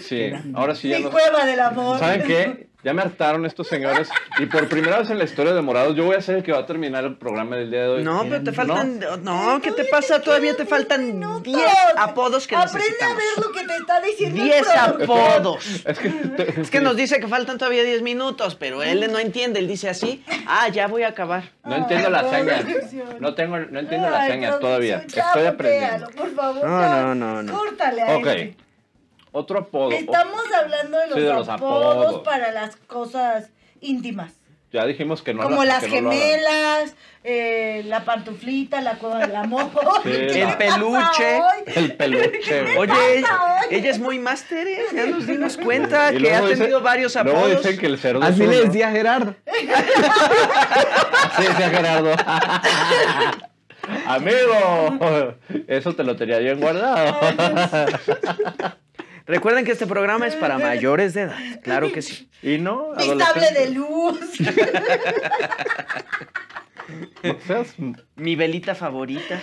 Speaker 2: Sí. Ahora sí ya
Speaker 5: Mi
Speaker 2: nos.
Speaker 5: cueva del amor.
Speaker 2: ¿Saben qué? Ya me hartaron estos señores. Y por primera vez en la historia de Morados, yo voy a ser el que va a terminar el programa del día de hoy.
Speaker 4: No, pero te
Speaker 2: No.
Speaker 4: faltan. No, ¿qué te
Speaker 5: Todavía
Speaker 4: pasa?
Speaker 5: quedan
Speaker 4: Todavía te
Speaker 5: diez
Speaker 4: faltan
Speaker 5: minutos.
Speaker 4: 10 apodos que
Speaker 5: Aprende
Speaker 4: necesitamos.
Speaker 5: a ver lo que te está diciendo. el
Speaker 4: 10
Speaker 5: productor.
Speaker 4: apodos.
Speaker 2: Es que,
Speaker 4: Es que nos dice que faltan todavía 10 minutos, pero él no entiende. Él dice así: Ah, ya voy a acabar.
Speaker 2: No entiendo las
Speaker 5: Ay,
Speaker 2: señas.
Speaker 5: producción.
Speaker 2: No, tengo, no entiendo las
Speaker 5: Ay,
Speaker 2: señas
Speaker 5: producción,
Speaker 2: todavía.
Speaker 5: ya
Speaker 2: Estoy aprendiendo.
Speaker 5: botealo, por favor.
Speaker 4: No,
Speaker 5: ya.
Speaker 4: no, no, no.
Speaker 5: Córtale a
Speaker 2: Ok.
Speaker 5: este.
Speaker 2: Otro apodo.
Speaker 5: Estamos hablando de los,
Speaker 2: Sí, de los
Speaker 5: apodos,
Speaker 2: apodos.
Speaker 5: para las cosas íntimas.
Speaker 2: Ya dijimos que no.
Speaker 5: como
Speaker 2: la-
Speaker 5: las
Speaker 2: que no lo hagan.
Speaker 5: gemelas, eh, la pantuflita, la cueva del amor.
Speaker 2: Sí,
Speaker 5: ¿Qué
Speaker 2: el
Speaker 5: te pasa
Speaker 4: peluche.
Speaker 5: hoy?
Speaker 2: El peluche. güey.
Speaker 4: Oye, ella,
Speaker 5: oye.
Speaker 4: ella es muy máster, ¿eh? Ya nos dimos cuenta
Speaker 2: Y
Speaker 4: que
Speaker 2: luego
Speaker 4: ha
Speaker 2: dicen-
Speaker 4: tenido varios apodos.
Speaker 2: Luego dicen que el cerdo.
Speaker 6: Así
Speaker 2: es
Speaker 6: le
Speaker 2: uno.
Speaker 6: decía a Gerardo.
Speaker 2: Así decía Gerardo. Amigo, eso te lo tenía bien guardado.
Speaker 4: Recuerden que este programa es para mayores de edad. Claro que sí.
Speaker 2: y no,
Speaker 5: Mi sable de
Speaker 2: adolescente.
Speaker 5: luz.
Speaker 2: No seas-
Speaker 4: Mi velita favorita.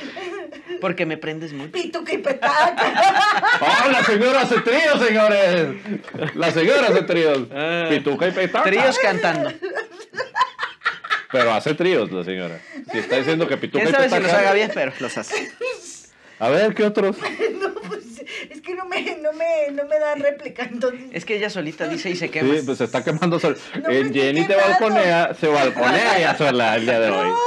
Speaker 4: Porque me prendes mucho.
Speaker 5: Pituca y petaca.
Speaker 2: ¡Ah, la señora hace tríos, señores! La señora hace tríos. Pituca y petaca.
Speaker 4: Ah. Tríos cantando.
Speaker 2: Pero hace tríos la señora. Si está diciendo que pituca
Speaker 4: Quién
Speaker 2: y
Speaker 4: sabe si
Speaker 2: petaca.
Speaker 4: los haga bien, pero los hace.
Speaker 2: A ver, ¿qué otros?
Speaker 5: No, pues, es que no me, no me, no me da réplica, entonces.
Speaker 4: Es que ella solita dice y se quema.
Speaker 2: Sí, pues se está quemando sol.
Speaker 5: No me
Speaker 2: Eh,
Speaker 5: estoy
Speaker 2: Jenny te
Speaker 5: quemando.
Speaker 2: balconea, se balconea ya sola el día de hoy.
Speaker 5: No,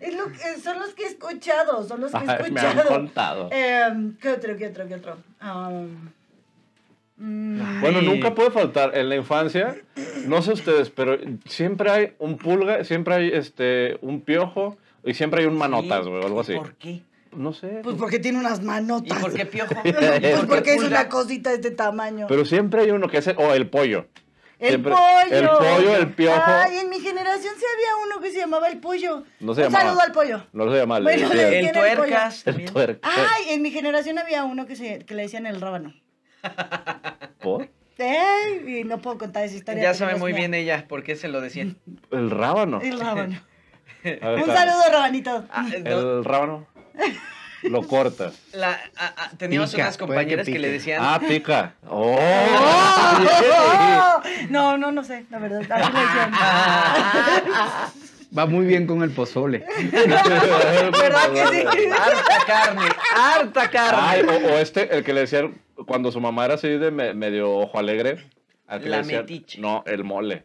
Speaker 5: es lo que- son los que he escuchado, son los que he
Speaker 2: Ay,
Speaker 5: escuchado.
Speaker 2: me han contado.
Speaker 5: Em, ¿Qué otro, qué otro, qué otro? Am, mm,
Speaker 2: Bueno,
Speaker 4: Ay.
Speaker 2: nunca puede faltar en la infancia, no sé ustedes, pero siempre hay un pulga, siempre hay este un piojo y siempre hay un manotas, güey, o algo así.
Speaker 4: ¿Por qué?
Speaker 2: No sé.
Speaker 5: pues porque tiene unas
Speaker 4: ¿Y
Speaker 5: manotas.
Speaker 4: por qué piojo? ¿Y
Speaker 5: Pues
Speaker 4: por
Speaker 5: porque
Speaker 4: qué
Speaker 5: es una
Speaker 4: pulga?
Speaker 5: cosita de este tamaño.
Speaker 2: Pero siempre hay uno que es el, o el pollo.
Speaker 5: el
Speaker 2: siempre-
Speaker 5: pollo.
Speaker 2: el pollo, el piojo.
Speaker 5: Ay, en mi generación sí había uno que se llamaba el pollo.
Speaker 2: No se
Speaker 5: Un
Speaker 2: llamaba. Eh.
Speaker 5: saludo al pollo.
Speaker 2: No se llama
Speaker 5: Bueno,
Speaker 2: le decían
Speaker 5: de-
Speaker 4: El
Speaker 5: Tiene el
Speaker 4: tuercas.
Speaker 2: el
Speaker 4: también.
Speaker 2: tuerco.
Speaker 5: Ay, en mi generación había uno que, se, que le decían el rábano.
Speaker 2: ¿Por?
Speaker 5: Ey, y no puedo contar esa historia.
Speaker 4: Ya
Speaker 5: porque
Speaker 4: sabe
Speaker 5: no es
Speaker 4: muy
Speaker 5: mía.
Speaker 4: bien ella por qué se lo decían.
Speaker 2: El rábano.
Speaker 5: El rábano.
Speaker 2: A ver,
Speaker 5: Un
Speaker 2: espérame.
Speaker 5: saludo, rabanito.
Speaker 4: Ah, no,
Speaker 2: El rábano lo cortas.
Speaker 4: la- ah, ah, teníamos
Speaker 6: Pica,
Speaker 4: unas
Speaker 6: puede que
Speaker 4: compañeras que, le
Speaker 6: pique.
Speaker 4: decían.
Speaker 2: Ah, pica. Oh.
Speaker 5: ¡Oh! No, no, no sé, la verdad. Así lo hicieron.
Speaker 6: Va muy bien con el pozole.
Speaker 5: ¿Verdad que sí?
Speaker 4: Harta carne, harta carne.
Speaker 2: Ay, o, o este, el que le decían cuando su mamá era así de me- medio ojo alegre. Al que
Speaker 4: La
Speaker 2: le decían,
Speaker 4: metiche.
Speaker 2: No, el mole.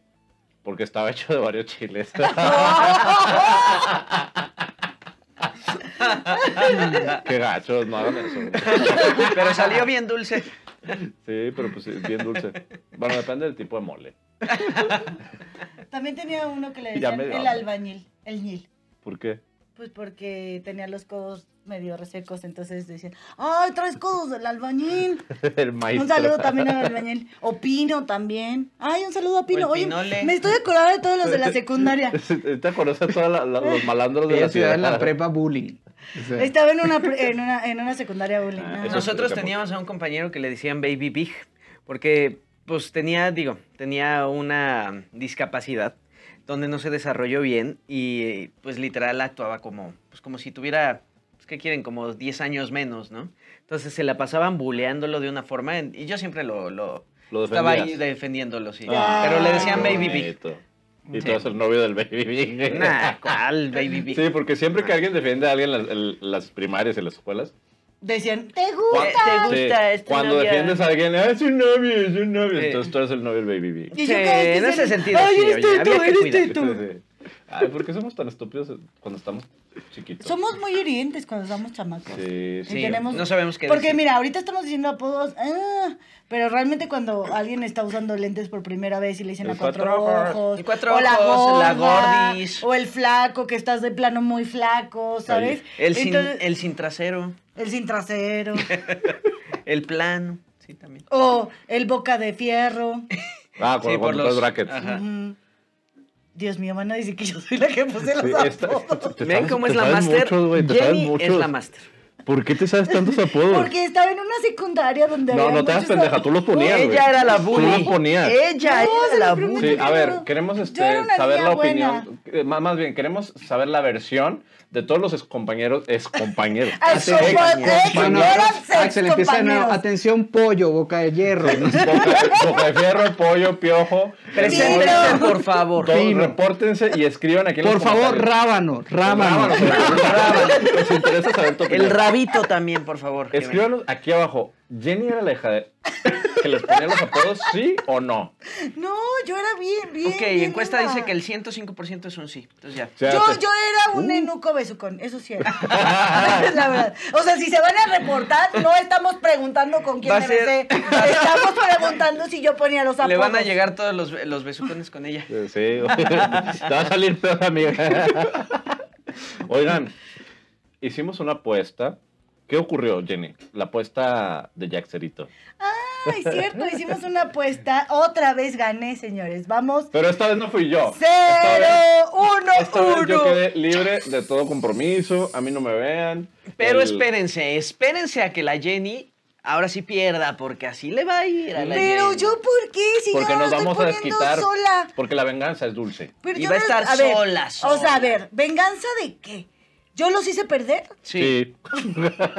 Speaker 2: Porque estaba hecho de varios chiles. Qué gachos, no hagan eso.
Speaker 4: Pero salió bien dulce.
Speaker 2: Sí, pero pues sí, bien dulce. Bueno, depende del tipo de mole.
Speaker 5: También tenía uno que le
Speaker 2: Ya
Speaker 5: decían
Speaker 2: me dio
Speaker 5: el
Speaker 2: hambre.
Speaker 5: albañil, el ñil.
Speaker 2: ¿Por qué?
Speaker 5: Pues porque tenía los codos medio resecos, entonces decían, ¡ay, traes codos del albañil!
Speaker 2: El maíz.
Speaker 5: Un saludo también al albañil. O Pino también. ¡Ay, un saludo a Pino!
Speaker 4: O el
Speaker 5: Oye,
Speaker 4: Pinole.
Speaker 5: me estoy acordando de todos los de la secundaria.
Speaker 2: ¿Te acuerdas de todos los malandros de
Speaker 6: Ella
Speaker 2: la
Speaker 6: se da
Speaker 2: ciudad?
Speaker 6: en la prepa bullying. O sea,
Speaker 5: Estaba en una, pre- en una, en una secundaria bullying.
Speaker 2: Ah,
Speaker 5: Ah.
Speaker 2: eso es-
Speaker 4: Nosotros
Speaker 2: Esa-
Speaker 4: teníamos a un compañero que le decían Baby Big, porque pues tenía, digo, tenía una discapacidad donde no se desarrolló bien y pues literal actuaba como, pues como si tuviera, pues ¿qué quieren? Como 10 años menos, ¿no? Entonces se la pasaban buleándolo de una forma en- y yo siempre lo, lo,
Speaker 2: Lo
Speaker 4: estaba ahí
Speaker 2: defendías.
Speaker 4: defendiéndolo, sí.
Speaker 5: Ah,
Speaker 4: Pero le
Speaker 5: qué
Speaker 4: decían Baby Big.
Speaker 2: Bonito. Y tú eres el novio del Baby Big.
Speaker 4: Nah, ¿cuál Baby Big?
Speaker 2: Sí, porque siempre que alguien defiende a alguien en las, en las primarias, en las escuelas.
Speaker 5: Decían, ¿te
Speaker 2: cua-
Speaker 5: gusta?
Speaker 4: ¿Te gusta?
Speaker 2: sí,
Speaker 4: Es tu
Speaker 2: Cuando
Speaker 4: novia.
Speaker 2: defiendes a alguien, "Ah, es un novio, es un novio.
Speaker 4: Sí.
Speaker 2: Entonces tú eres el novio del Baby Big.
Speaker 5: Y yo cada vez que
Speaker 4: en
Speaker 5: se-
Speaker 4: ese sentido,
Speaker 5: Ay,
Speaker 4: sí,
Speaker 5: eres
Speaker 4: oye,
Speaker 5: teto,
Speaker 4: había que
Speaker 5: eres
Speaker 4: cuidar.
Speaker 5: teto.
Speaker 2: Sí, sí. Ay, ¿por qué somos tan estúpidos cuando estamos chiquitos?
Speaker 5: Somos muy hirientes cuando somos chamacos.
Speaker 2: Sí, sí.
Speaker 4: Sí, no sabemos qué
Speaker 5: Porque
Speaker 4: decir.
Speaker 5: mira, ahorita estamos diciendo apodos, ah, pero realmente cuando alguien está usando lentes por primera vez y le dicen
Speaker 2: El
Speaker 5: a cuatro,
Speaker 2: cuatro ojos.
Speaker 5: ojos,
Speaker 4: El cuatro
Speaker 5: o la
Speaker 4: ojos, la
Speaker 5: gorda,
Speaker 4: gordis.
Speaker 5: o el flaco que estás de plano muy flaco, ¿sabes?
Speaker 4: El sin,
Speaker 5: Entonces,
Speaker 4: el sin trasero,
Speaker 5: el sin trasero,
Speaker 4: el plano. Sí, también.
Speaker 5: o el boca de fierro.
Speaker 2: Ah,
Speaker 4: Sí,
Speaker 2: con,
Speaker 4: por
Speaker 2: con
Speaker 4: los-
Speaker 2: los brackets.
Speaker 4: ajá.
Speaker 5: Ujú. Dios mío, van a decir que yo soy la que puse los
Speaker 2: Sí,
Speaker 5: apodos.
Speaker 2: esta- esta- te
Speaker 4: ¿Ven
Speaker 2: sabes-
Speaker 4: cómo
Speaker 2: te
Speaker 4: es la
Speaker 2: sabes
Speaker 4: máster?
Speaker 2: muchos, güey, te sabes
Speaker 4: Jenny es
Speaker 2: muchos.
Speaker 4: la máster.
Speaker 2: ¿Por qué te sabes tantos apodos?
Speaker 5: Porque estaba en una secundaria donde
Speaker 2: No,
Speaker 5: había
Speaker 2: no te hagas
Speaker 5: muchos
Speaker 2: pendeja, tú los ponías.
Speaker 4: Ella
Speaker 2: güey.
Speaker 4: era la
Speaker 2: Tú
Speaker 4: bully.
Speaker 2: los ponías.
Speaker 4: Ella
Speaker 5: No, se
Speaker 4: era
Speaker 5: lo
Speaker 4: la
Speaker 5: prometo.
Speaker 4: bully.
Speaker 2: Sí, a ver,
Speaker 5: no.
Speaker 2: queremos
Speaker 5: Yo
Speaker 2: este,
Speaker 5: era una
Speaker 2: saber
Speaker 5: niña
Speaker 2: la
Speaker 5: buena.
Speaker 2: opinión. eh, Más, más bien, queremos saber la versión de todos los excompañeros. Excompañeros.
Speaker 5: Ay,
Speaker 2: Así,
Speaker 5: somos
Speaker 2: excompañeros.
Speaker 5: ex- Bueno, eran seis
Speaker 6: Axel, empieza de nuevo.
Speaker 5: compañeros.
Speaker 6: Atención, pollo, boca de hierro. ¿no?
Speaker 2: Boca- Boca de fierro, pollo, piojo.
Speaker 4: Preséntense, por favor.
Speaker 2: Todos
Speaker 6: Fino.
Speaker 2: repórtense y escriban aquí en
Speaker 6: Por
Speaker 2: los
Speaker 6: favor,
Speaker 2: comentarios.
Speaker 6: rábano, rábano.
Speaker 2: Rábano, rábano. Nos interesa saber tu
Speaker 4: El
Speaker 2: opinión.
Speaker 4: rabito también, por favor. que venga.
Speaker 2: Escríbanos aquí abajo. ¿Jenny era la hija de que les ponía los apodos, sí o no?
Speaker 5: No, yo era bien, bien.
Speaker 4: Ok,
Speaker 5: bien
Speaker 4: encuesta
Speaker 5: nena.
Speaker 4: dice que el 105% es un sí. Entonces ya.
Speaker 2: O sea,
Speaker 5: Yo,
Speaker 2: te-
Speaker 5: yo era
Speaker 4: Uh.
Speaker 5: un enuco besucón, eso sí era. la verdad. O sea, si se van a reportar, no estamos preguntando con quién
Speaker 4: Va a
Speaker 5: me
Speaker 4: ser-
Speaker 5: besé. Estamos preguntando si yo ponía los apodos.
Speaker 4: Le van a llegar todos los, los besucones con ella.
Speaker 2: Eh, Sí, oye, te va a salir peor, amiga. Oigan, hicimos una apuesta. ¿Qué ocurrió, Jenny? La apuesta de Jack Cerito.
Speaker 5: Ay, cierto, hicimos una apuesta. Otra vez gané, señores. Vamos.
Speaker 2: Pero esta vez no fui yo. Esta vez-
Speaker 5: Cero, uno,
Speaker 2: esta vez
Speaker 5: uno.
Speaker 2: yo quedé libre de todo compromiso. A mí no me vean.
Speaker 4: Pero
Speaker 2: El-
Speaker 4: espérense, espérense a que la Jenny ahora sí pierda, porque así le va a ir a la
Speaker 5: Pero
Speaker 4: Jenny.
Speaker 5: yo, ¿por qué? Si
Speaker 2: Porque
Speaker 5: yo me
Speaker 2: nos
Speaker 5: estoy
Speaker 2: vamos a
Speaker 5: poniendo
Speaker 2: desquitar.
Speaker 5: sola.
Speaker 2: Porque la venganza es dulce.
Speaker 5: Pero
Speaker 4: Y
Speaker 5: yo
Speaker 4: va a
Speaker 5: no-
Speaker 4: estar
Speaker 5: ver,
Speaker 4: sola,
Speaker 5: O sea,
Speaker 4: sola.
Speaker 5: a ver, ¿venganza de qué? ¿Yo los hice perder?
Speaker 4: Sí.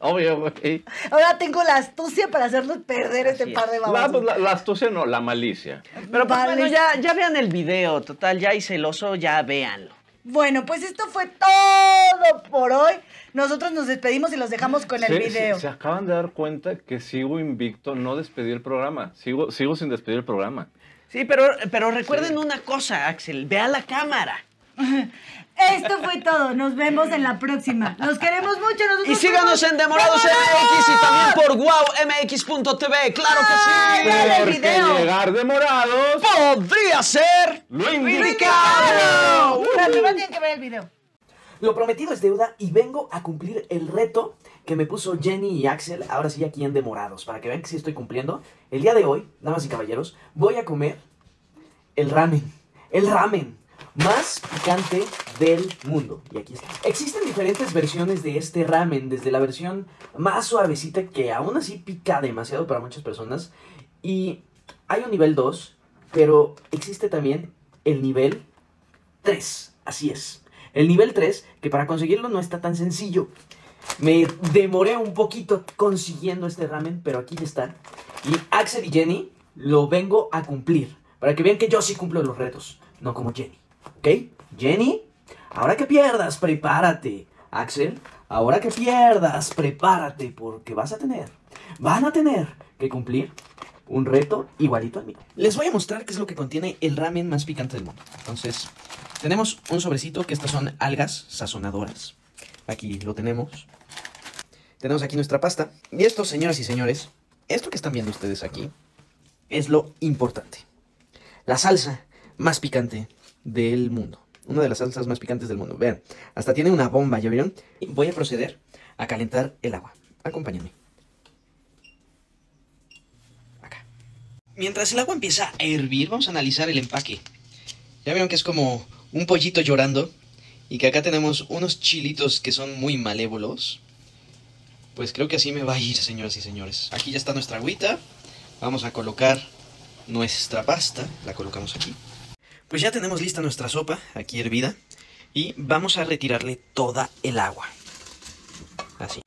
Speaker 2: Obvio, güey.
Speaker 5: Ahora tengo la astucia para hacerlos perder este
Speaker 4: Así
Speaker 5: par de
Speaker 2: La,
Speaker 5: babos.
Speaker 2: pues, la- la astucia no, la malicia.
Speaker 4: Pero pues,
Speaker 5: Vale.
Speaker 4: bueno, ya, ya vean el video, total, ya y celoso, ya véanlo.
Speaker 5: Bueno, pues esto fue todo por hoy. Nosotros nos despedimos y los dejamos con el
Speaker 2: se,
Speaker 5: video.
Speaker 2: se- se acaban de dar cuenta que sigo invicto, no despedí el programa. Sigo, sigo sin despedir el programa.
Speaker 4: Sí, pero, pero recuerden una cosa, Axel, vea la cámara.
Speaker 5: Esto fue todo. Nos vemos en la próxima. Los queremos mucho. Nosotros
Speaker 4: Y síganos
Speaker 5: somos
Speaker 4: en Demorados MX y también por wowmx.tv, claro que sí.
Speaker 5: Dale el
Speaker 2: Porque
Speaker 5: video.
Speaker 2: llegar demorados
Speaker 4: Podría ser
Speaker 2: lo
Speaker 4: indicado.
Speaker 5: Pero primero tienen que ver el video.
Speaker 7: Lo prometido es deuda y vengo a cumplir el reto que me puso Jenny y Axel, ahora sí aquí en Demorados, para que vean que sí estoy cumpliendo. El día de hoy, damas y caballeros, voy a comer el ramen. El ramen más picante del mundo. Y aquí está. Existen diferentes versiones de este ramen, desde la versión más suavecita que aún así pica demasiado para muchas personas. Y hay un nivel 2, pero existe también el nivel 3. Así es. El nivel 3, que para conseguirlo no está tan sencillo. Me demoré un poquito consiguiendo este ramen, pero aquí ya está. Y Axel y Jenny lo vengo a cumplir. Para que vean que yo sí cumplo los retos, no como Jenny. ¿Ok? Jenny, ahora que pierdas, prepárate. Axel, ahora que pierdas, prepárate, porque vas a tener, van a tener que cumplir un reto igualito al mío. Les voy a mostrar qué es lo que contiene el ramen más picante del mundo. Entonces, tenemos un sobrecito que estas son algas sazonadoras. Aquí lo tenemos. Tenemos aquí nuestra pasta. Y esto, señoras y señores, esto que están viendo ustedes aquí es lo importante. La salsa más picante del mundo. Una de las salsas más picantes del mundo. Vean, hasta tiene una bomba, ¿ya vieron? Y Voy a proceder a calentar el agua. Acompáñenme. Acá. Mientras el agua empieza a hervir, vamos a analizar el empaque. Ya vieron que es como un pollito llorando. Y que acá tenemos unos chilitos que son muy malévolos. Pues creo que así me va a ir, señoras y señores. Aquí ya está nuestra agüita. Vamos a colocar nuestra pasta. La colocamos aquí. Pues ya tenemos lista nuestra sopa, aquí hervida. Y vamos a retirarle toda el agua. Así.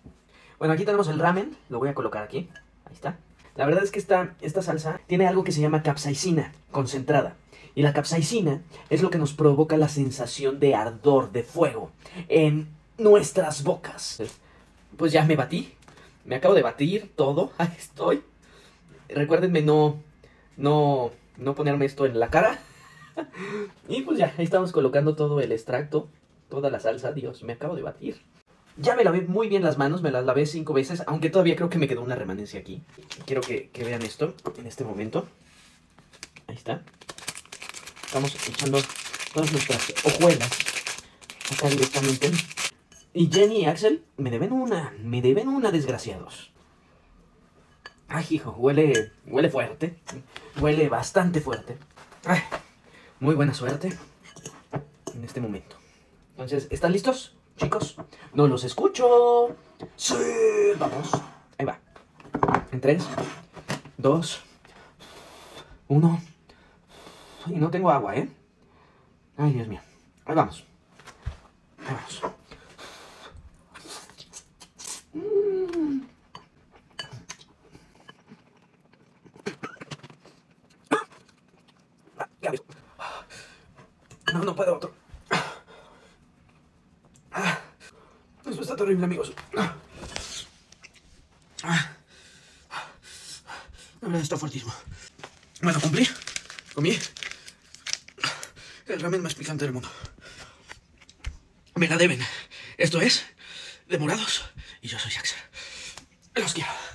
Speaker 7: Bueno, aquí tenemos el ramen. Lo voy a colocar aquí. Ahí está. La verdad es que esta, esta salsa tiene algo que se llama capsaicina concentrada. Y la capsaicina es lo que nos provoca la sensación de ardor, de fuego, en nuestras bocas. Pues ya me batí. Me acabo de batir todo. Ahí estoy. Recuérdenme no, no, no ponerme esto en la cara. Y pues ya, ahí estamos colocando todo el extracto, toda la salsa. Dios, me acabo de batir. Ya me lavé muy bien las manos, me las lavé cinco veces, aunque todavía creo que me quedó una remanencia aquí. Quiero que, que vean esto en este momento. Ahí está. Estamos echando todas nuestras hojuelas acá directamente. Y Jenny y Axel, me deben una, me deben una, desgraciados. Ay, hijo, huele, huele fuerte. Huele bastante fuerte. Ay, muy buena suerte en este momento. Entonces, ¿están listos, chicos? No los escucho. Sí, vamos. Ahí va. En tres, dos, uno. Y no tengo agua, ¿eh? Ay, Dios mío. Ahí vamos. Ahí vamos. Mm. No, no puedo otro. Ah, Esto está terrible, amigos. Ah, La verdad está fuertísimo. Bueno, cumplí. Comí el ramen más picante del mundo. Me la deben. Esto es Demorados y yo soy Axel. Los quiero.